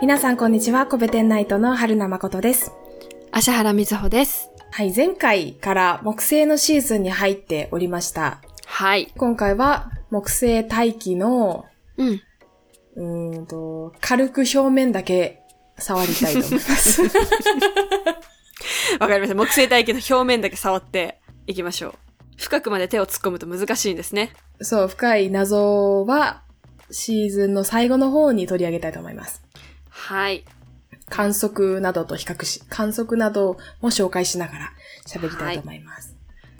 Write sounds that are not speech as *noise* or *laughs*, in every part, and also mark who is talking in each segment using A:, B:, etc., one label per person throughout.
A: 皆さんこんにちは、コベテンナイトの春名誠です。
B: 芦原瑞穂です。
A: はい、前回から木星のシーズンに入っておりました。
B: はい。
A: 今回は木星大気の、
B: うん。
A: うーんと、軽く表面だけ触りたいと思います。
B: わかりました。木星大気の表面だけ触っていきましょう。深くまで手を突っ込むと難しいんですね。
A: そう、深い謎はシーズンの最後の方に取り上げたいと思います。
B: はい。
A: 観測などと比較し、観測なども紹介しながら喋りたいと思います。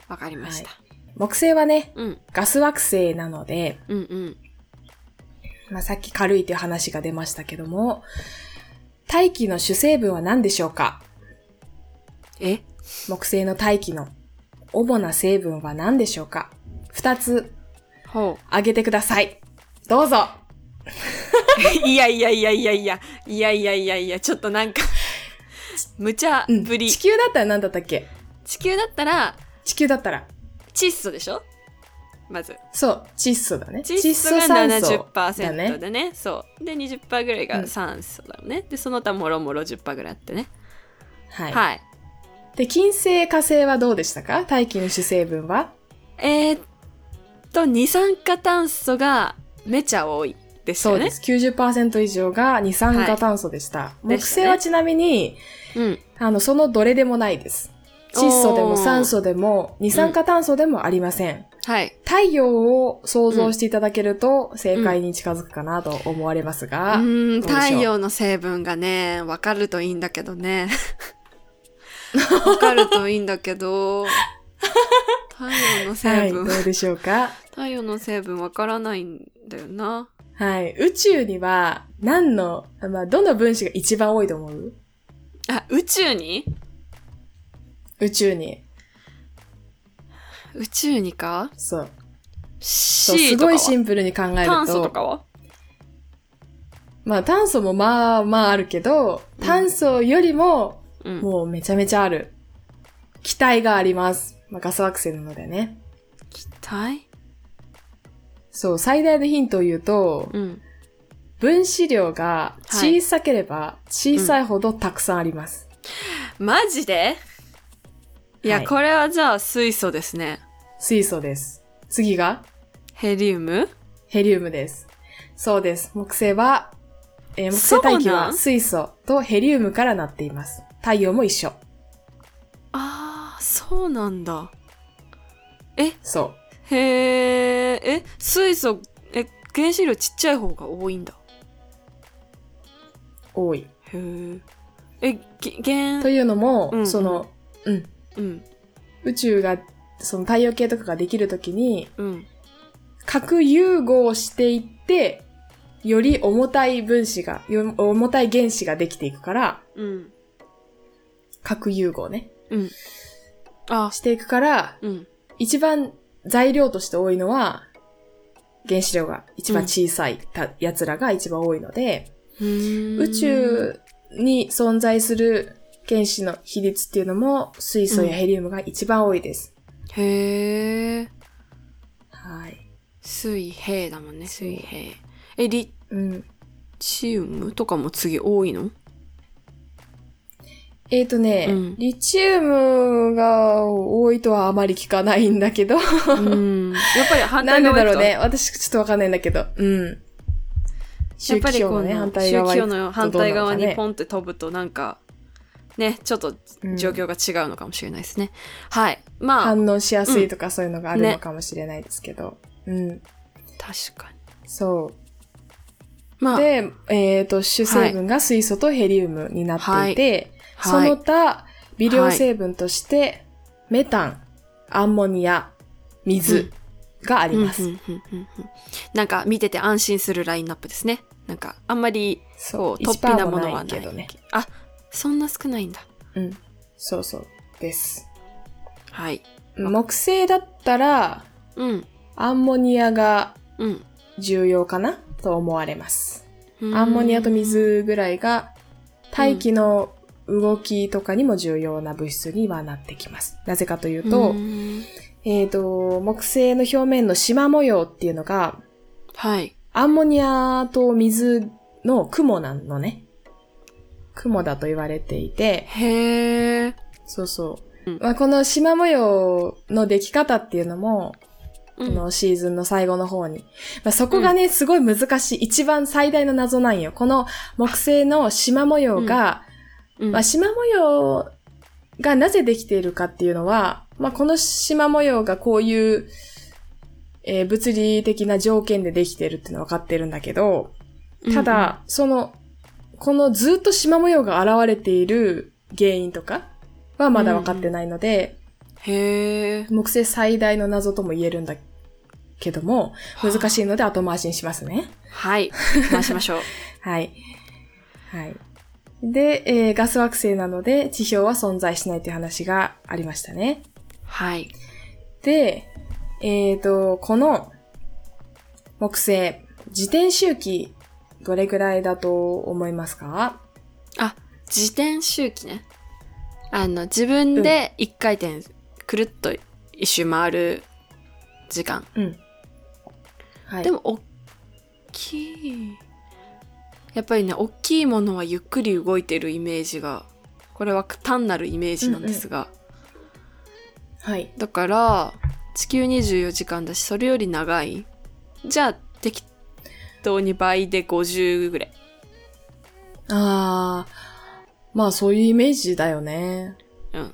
B: わかりました。
A: 木星はね、
B: うん。
A: ガス惑星なので、
B: うんうん。
A: まあ、さっき軽いという話が出ましたけども、大気の主成分は何でしょうか
B: え
A: 木星の大気の主な成分は何でしょうか二つ
B: ほ
A: 挙げてください。どうぞ
B: う。いやいやいやいやいや。いやいやいやいや、ちょっとなん *laughs* か、無茶
A: うん
B: ぶり。
A: 地球だったら何だったっけ
B: 地球だったら、
A: 地球だったら。
B: 窒素でしょまず。
A: そう、窒素だね。
B: 窒素が
A: だ
B: 70%
A: ね。
B: でね。そう。で、20%ぐらいうが
A: ん
B: 酸素だよね。で、その他もろもろ10%ぐらいあってね。
A: はい。
B: はい。
A: で、金星、火星はどうでしたか大気の主成分は
B: えーっと、二酸化炭素がめちゃ多いです
A: そ
B: よ
A: うで
B: ね。
A: す。90%以上が二酸化炭素でした。木
B: でした
A: 星
B: ね
A: はちなみに、
B: うん。
A: あの、そのどれでもないです。窒素でも
B: おー
A: 酸素でも二酸化炭素でもありません。
B: はい。
A: 太陽を想像していただけると正解に近づくかなと思われます
B: う
A: が、
B: ーん、
A: どうでしょう
B: 太陽の成分がね、わかるといいんだけどね。わかるといいんだけど。太陽の
A: は
B: 成
A: い、ど
B: 分、
A: うでしょうか。
B: 太陽の成分わからないんだよな。
A: はい、宇宙には何の、まあ、どの分子が一番多いと思う
B: あ、宇宙に
A: 宇宙に。
B: 宇宙にか
A: そう。そう、す
B: ?C とか
A: ご
B: はい
A: シンプルに考えると。
B: 炭素とかは
A: まあ炭素もまあまああるけど、
B: うん
A: 炭素よりも
B: うん。
A: もうめちゃめちゃある。気体があります。まあ、ガス惑星なのでね。
B: 気体
A: そう、最大のヒントを言うと、
B: うん。
A: 分子量が
B: はい
A: 小さければ小さいほどたくさんあります。
B: マジでいや、
A: はい
B: これはじゃあ水素ですね。
A: 水素です。次が
B: ヘリウム
A: ヘリウムです。そうです。木星は、えー木星大気
B: そうな
A: は
B: ん
A: 水素とヘリウムからなっています。太陽も一緒。
B: ああ、そうなんだ。え、
A: そう。
B: へえ、え、水素、え、原子量ちっちゃい方が多いんだ。
A: 多い。
B: へえ。え、げ原
A: と、いうのも、
B: うん
A: その、うん。
B: うん、
A: 宇宙が、その太陽系とかができるときに、
B: うん。
A: 核融合していって、より重たい分子が、よ重たい原子ができていくから、
B: うん。
A: 核融合ね。
B: うん。あ、
A: していくから、
B: うん。
A: 一番材料として多いのは、原子量が一番小さいた奴らが一番多いので、宇
B: 宇、
A: 宙に存在する原子の比率っていうのも、水素やヘリウムが一番多いです。
B: へえ。
A: はい。
B: 水平だもんね、水平。え、リ
A: うん。
B: チウムとかも次多いの
A: えーとね、
B: うん
A: リチウムが多いとはあまり聞かないんだけど、
B: うん。やっぱり反
A: な
B: 対
A: んでだ
B: 側
A: ろ
B: 行く
A: う
B: と
A: ね。私ちょっとわかんないんだけど、うん。
B: やっ
A: 周
B: ぱ
A: 期
B: り
A: 表の
B: こ
A: ね、
B: の
A: 反
B: 宗
A: 対側
B: 教の反対側にポ
A: ン
B: ンって飛ぶとなんかねちょっと状況が違うのかもしれないですね、はいまあ
A: 反応しやすいとかそういうのがあるのかもしれないですけど。うん。
B: 確かに
A: そ
B: ま
A: う。
B: あ
A: で、えっ、と、主成分が水素とヘリウムになっていて、
B: は
A: その
B: い
A: 他、微量成分として、メタン、アンモニア、水があります。
B: うんうんうんうんうんなんか見てて安心するラインナップですねなんかあんまり
A: そ
B: こ
A: う、
B: う突飛な
A: 1%
B: も
A: も
B: の
A: な
B: はいな
A: け
B: い
A: どね。
B: あそんな少ないんだ
A: うん。そうそう。です。
B: はい
A: 木星だったら、
B: うん
A: アンモニアが
B: うん
A: 重要かなと思われます。
B: うん
A: アンモニアと水ぐらいが大気の動きとかにも重要な物質にはなってきます。なぜかというと、
B: うん
A: えっ、と、木星の表面の縞模様っていうのが、
B: はい
A: アンモニアと水の雲なのね。雲だと言われていて、
B: へえ。
A: そうそう。
B: うん
A: まあ、この縞模様の出来方っていうのも、こ
B: うん
A: のシーズンの最後の方に。まあ、そこがね、すごい難しい。一番最大の謎なんよ。この木星の縞模様が、
B: うん
A: まあ、縞模様がなぜできているかっていうのは、まあ、この縞模様がこういう、えー物理的な条件でできてるっていうのは分かってるんだけど、ただ、、その、このずっと縞模様が現れている原因とかはまだ分かってないので、
B: うんうんへえ。
A: 木星最大の謎とも言えるんだけども、難しいので後回しにしますね。
B: はい。回しましょう。
A: はい。はい。で、えーガス惑星なので地表は存在しないという話がありましたね。
B: はい。
A: で、えー、と、この木星、自転周期、どれぐらいだと思いますか
B: 自転周期ね。あの、自分で一回転、くるっと一周回る時間。
A: うん。はい。
B: でも、おっきい。やっぱりね、大きいものはゆっくり動いてるイメージが、これは単なるイメージなんですが、
A: はい。
B: だから、地球24時間だし、それより長い。じゃあ、適当に倍で50ぐらい。
A: あー、まあそういうイメージだよね。
B: うん。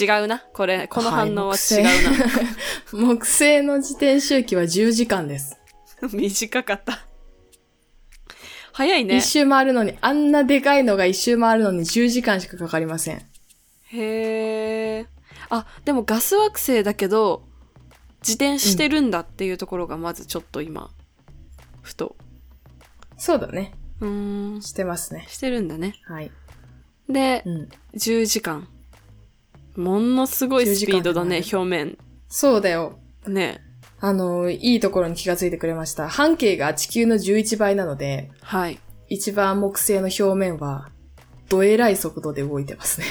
B: 違うな。これ、この
A: はい
B: 反応は
A: 木星
B: 違うな。
A: *laughs* 木星の自転周期は10時間です。
B: *laughs* 短かった。早い
A: 一、
B: ね。
A: 周回るのに、あんなでかいのが一周回るのに10時間しかかかりません。
B: へえ。あ、でもガス惑星だけど、自転してるんだっていうところがまずちょっと今、ふと。
A: そうだね。
B: うーん。
A: してますね。
B: してるんだね。
A: はい。
B: で、
A: うん。
B: 10時間。ものすごいスピードだね、
A: 10時
B: 表面。
A: そうだよ。
B: ね。
A: あの、いいところに気がついてくれました。半径が地球の11倍なので、
B: はい。
A: 一番木星の表面は、どえらい速度で動いてますね。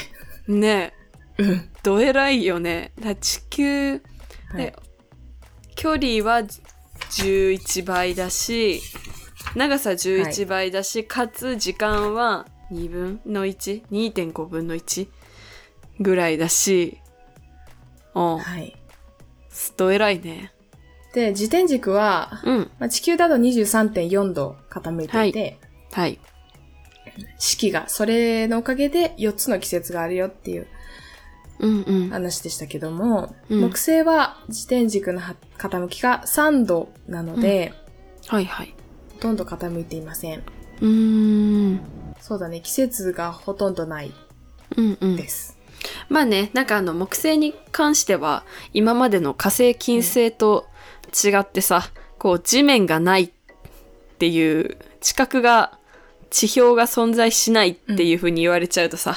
B: ね。
A: うん。
B: どえらいよね。だ地球、
A: は
B: で
A: い、
B: 距離は11倍だし長さ11倍だし、かつ時間は2分の12.5分の1ぐらいだしうん
A: はい。
B: すと偉いね
A: で、自転軸は、
B: うん
A: まあ、地球だと23.4度傾いていて、
B: はい
A: 四季が、それのおかげで4つの季節があるよっていう
B: うんうん
A: 話でしたけども、
B: うん
A: 木星は自転軸のは傾きが3度なので、
B: はいはい
A: ほとんど傾いていません。
B: うーん
A: そうだね、季節がほとんどない
B: うんうん
A: です。
B: まあねなんかあの木星に関しては今までの火星金星と違ってさ、こう地面がないっていう地殻が地表が存在しないっていう風に言われちゃうとさ、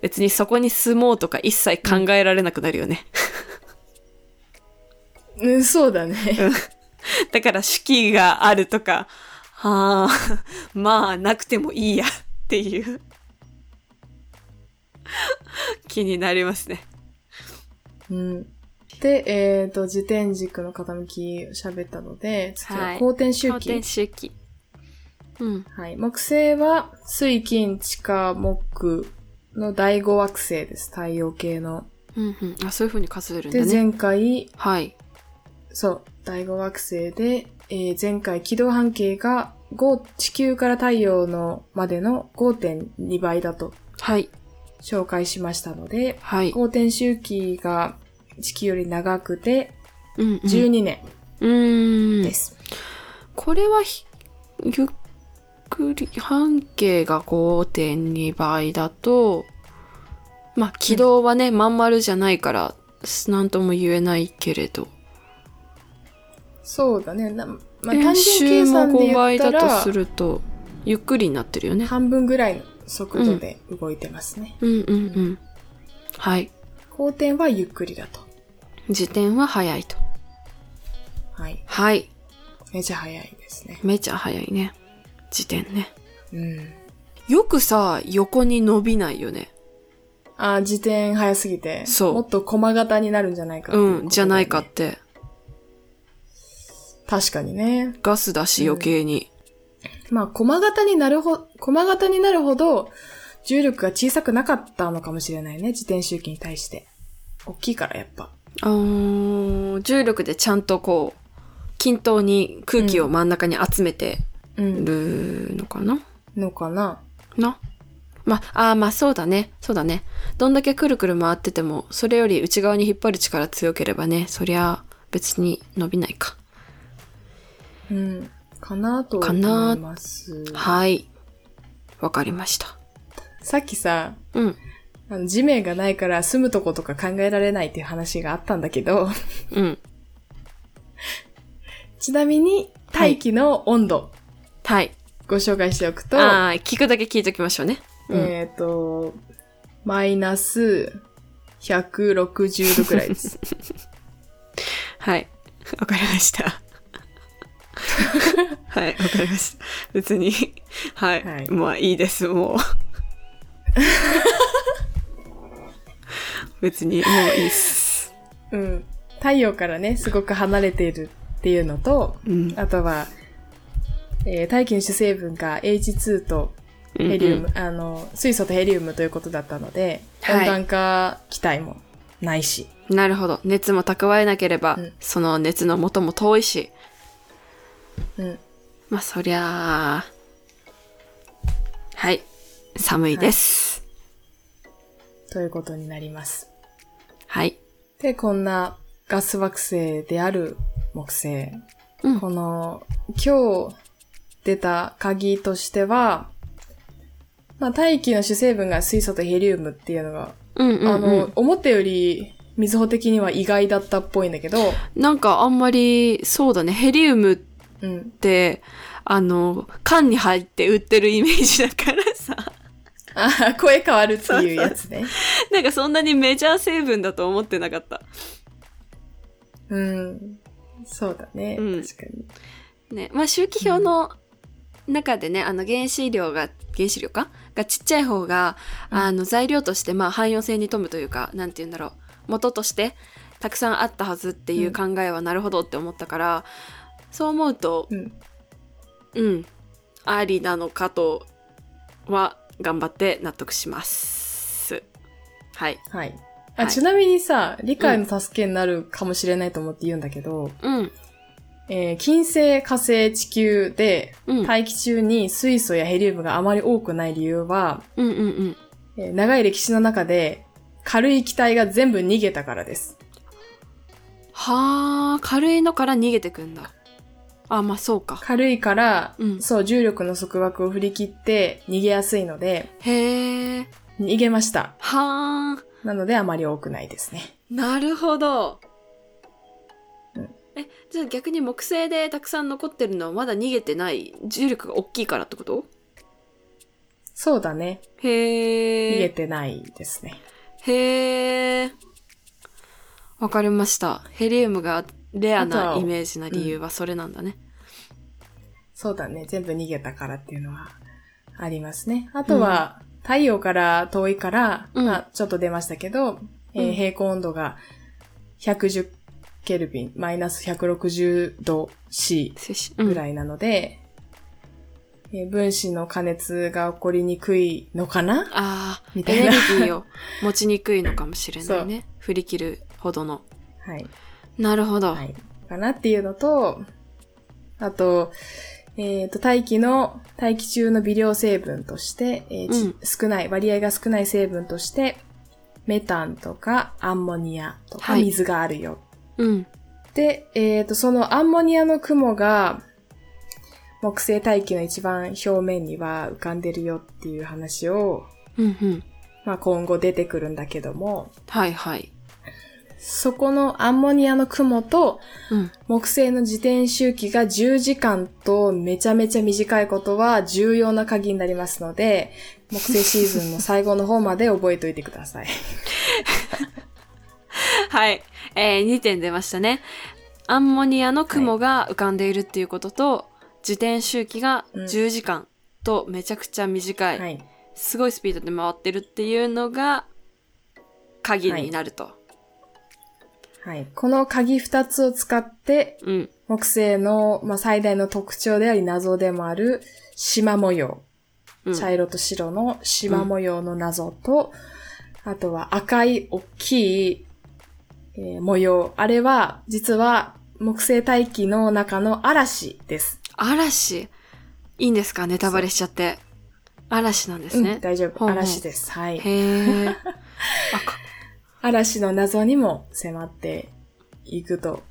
B: 別にそこに住もうとか一切考えられなくなるよね。
A: うん、そうだね。
B: だから四季があるとか、はあ、 *laughs* まあなくてもいいやっていう気になりますね。
A: うん。で、えっ、と、自転軸の傾き喋ったので、次
B: は
A: はい公転周
B: 公
A: 期。は
B: 転
A: い、
B: 周期。うん。
A: 木星は、水、金、地下、木の第5惑星です。太陽系の。
B: うんうん。あ、そういう風に数えるん
A: で、
B: だね。
A: 前回、
B: はい。
A: そう、第5惑星で、えー前回軌道半径が5地球から太陽のまでの5.2倍だと
B: はい。
A: 紹介しましたので、
B: はい。
A: 公転周期が地球より長くて
B: うん、うん。
A: 12年
B: うー
A: で
B: ん。
A: す。
B: これはひ、ゆっくり、半径が5.2倍だと、まあ、軌道はね、まん丸じゃないから、すなんとも言えないけれど。
A: そうだね。なまあ、単
B: 練
A: 純
B: 習
A: 計
B: も
A: 算で
B: 5
A: 言
B: 倍
A: った
B: だと
A: ら
B: す、ると、ゆっくりになってるよね。
A: 半分ぐらいの速度で動いてますね。
B: うんうんうん。はい。
A: 公転はゆっくりだと。
B: 時点は早いと。
A: はい。
B: はい。
A: めちゃ早いですね。
B: めちゃ早いね。時点ね。
A: うん。
B: よくさ、横に伸びないよね。
A: あー、自転早すぎて。
B: そう
A: もっと駒型になるんじゃないかっていうことだよ
B: う
A: ね、
B: ん、じゃないかって。
A: 確かにね。
B: ガスだし
A: うん
B: 余計に。
A: まあ、駒型になるほ、駒型になるほど、重力が小さくなかったのかもしれないね。自転周期に対して。大きいから、やっぱ。
B: あー重力でちゃんとこう、均等に空気を真ん中に集めて
A: うん。
B: るのかな、
A: のかな。
B: な。まあ、あーまあそうだね。そうだね。どんだけくるくる回ってても、それより内側に引っ張る力強ければね、そりゃ別に伸びないか。
A: うん。かなと思います。
B: はい。わかりました。
A: さっきさ、
B: うん。
A: あの地面がないから住むとことか考えられないっていう話があったんだけど、 *laughs*
B: うん。
A: ちなみに、大気の温度、
B: はい。
A: ご紹介しておくと、
B: ああ、聞くだけ聞いときましょうね。うん。
A: えっ、と、マイナス160度くらいです。
B: はい。わかりました。はい、わかりました。別に、はい、
A: はい
B: まあいいです、
A: *laughs*
B: もう。別に、もういいっす。
A: うん。太陽からね、すごく離れているっていうのと、
B: うん。
A: あとは、えー大気の主成分が H2 とヘリウム、あの、水素とヘリウムということだったので、
B: は
A: 温
B: い
A: 暖化気体もないし。
B: うんなるほど。熱も蓄えなければ、
A: うん
B: その熱の元も遠いし、
A: うん。
B: まあそりゃあ、はい、寒いです。
A: ということになります。
B: はい。
A: で、こんなガス惑星である木星。
B: うん
A: この、今日出た鍵としては、まあ、大気の主成分が水素とヘリウムっていうのが、
B: うんうん、うん。
A: あの、思ったより、水穂的には意外だったっぽいんだけど、
B: なんかあんまり、そうだね、ヘリウムって、
A: うん
B: っ。て、あの、缶に入って売ってるイメージだからさ、 *laughs*
A: あー声変わるっていうやつね。
B: なんかそんなにメジャー成分だと思ってなかった。
A: うん。そうだね。
B: うん
A: 確かに。
B: ね、まあ周期表の中でね、あの原子量が、原子量かがちっちゃい方が、
A: うん
B: あの材料としてまあ汎用性に富むというか、なんて言うんだろう、元としてたくさんあったはずっていう考えはなるほどって思ったから、そう思うと、
A: うん。
B: うん、ありなのかとは頑張って納得します。はい。
A: はい。あ、
B: はい
A: ちなみにさ、理解の助けになるかもしれないと思って言うんだけど、
B: うん。
A: えー金星、火星、地球で、
B: うん。
A: 大気中に水素やヘリウムがあまり多くない理由は、
B: うんうんうん。
A: えー長い歴史の中で、軽い気体が全部逃げたからです。
B: はあ、軽いのから逃げてくんだ。あ、まあそうか。
A: 軽いから、
B: うん
A: そう、重力の束縛を振り切って逃げやすいので、
B: へえ。
A: 逃げました。
B: はあ、
A: なのであまり多くないですね。
B: なるほど
A: うん。
B: え、じゃあ逆に木星でたくさん残ってるのはまだ逃げてない重力が大きいからってこと
A: そうだね。逃
B: へ
A: げ
B: え。
A: てないですね。
B: へえ。わかりました。ヘリウムがレアなイメージな理由はそれなんだね。
A: そうだね。全部逃げたからっていうのはありますね。あとは、太陽から遠いから、
B: うん
A: まあ、ちょっと出ましたけど、えー
B: うん
A: 平均温度が110ケルビン、マイナス160度 C
B: 摂氏う
A: ぐ
B: ん、
A: らいなので、えー分子の加熱が起こりにくいのかな
B: ああ、エ
A: みたい
B: ネ
A: な
B: ルギーを持ちにくいのかもしれないね。振り切るほどの。
A: はい。
B: なるほど。
A: はい。かなっていうのと、あと、えっ、と、大気の、大気中の微量成分として、えーち
B: うん
A: 少ない、割合が少ない成分として、メタンとかアンモニアとか
B: はい
A: 水があるよ。
B: うん。
A: で、えっ、と、そのアンモニアの雲が、木星大気の一番表面には浮かんでるよっていう話を、
B: うんうん。
A: まあ今後出てくるんだけども、
B: はいはい。
A: そこのアンモニアの雲と
B: うん。
A: *laughs* 木星の自転周期が10時間とめちゃめちゃ短いことは重要な鍵になりますので、木星シーズンの最後の方まで覚えておいてくだ
B: *laughs*
A: さい。
B: はい。えー、2点出ましたね。アンモニアの雲が浮かんでいるっていうことと、自転周期が
A: うん
B: 10時間とめちゃくちゃ短い、
A: はい。
B: すごいスピードで回ってるっていうのが、鍵になると。
A: はい。この鍵2つを使って、
B: うん。
A: 木星の、まあ、最大の特徴であり謎でもある縞模様。
B: うん
A: 茶色と白の縞模様の謎と、あとは赤い大きい、えー模様。あれは、実は木星大気の中の嵐です。
B: 嵐いいんですかネタバレしちゃって。嵐なんです
A: うん、
B: ね。
A: 大丈夫。
B: ほうほう
A: 嵐です。はい。
B: へえ。あか
A: 嵐の謎にも迫っていくと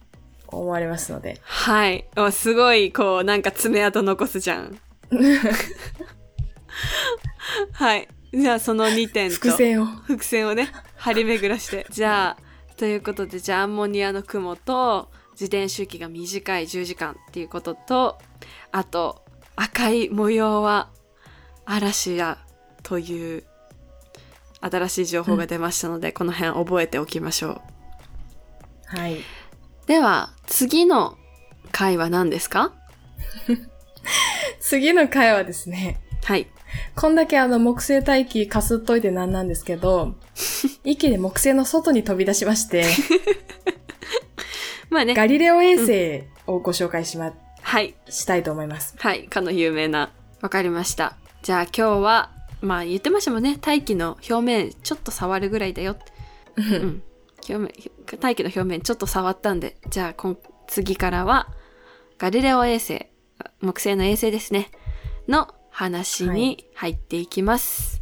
A: 思われますので。
B: はい。おすごい、こう、なんか爪痕残すじゃん。はい。じゃあ、その2点と。
A: 伏線を。
B: 伏線をね、張り巡らして。じゃあ、ということで、じゃあ、アンモニアの雲と、自転周期が短い10時間っていうことと、あと、赤い模様は、嵐や、という、新しい情報が出ましたので、この辺覚えておきましょう。
A: はい。
B: では、次の回は何ですか
A: 次の回はですね、
B: はい。
A: こんだけあの木星大気かすっといてなんなんですけ
B: *laughs*
A: ど、一気に木星の外に飛び出しまして、
B: まあね、
A: ガリレオ衛星をご紹介しま、
B: はい。
A: したいと思います。
B: はい、かの有名な。わかりました。じゃあ今日は、まあ言ってましたもんね、大気の表面ちょっと触るぐらいだよって。うん。表面、大気の表面ちょっと触ったんで、じゃあ今次からは、ガリレオ衛星、あ木星の衛星ですね、の話に入っていきます。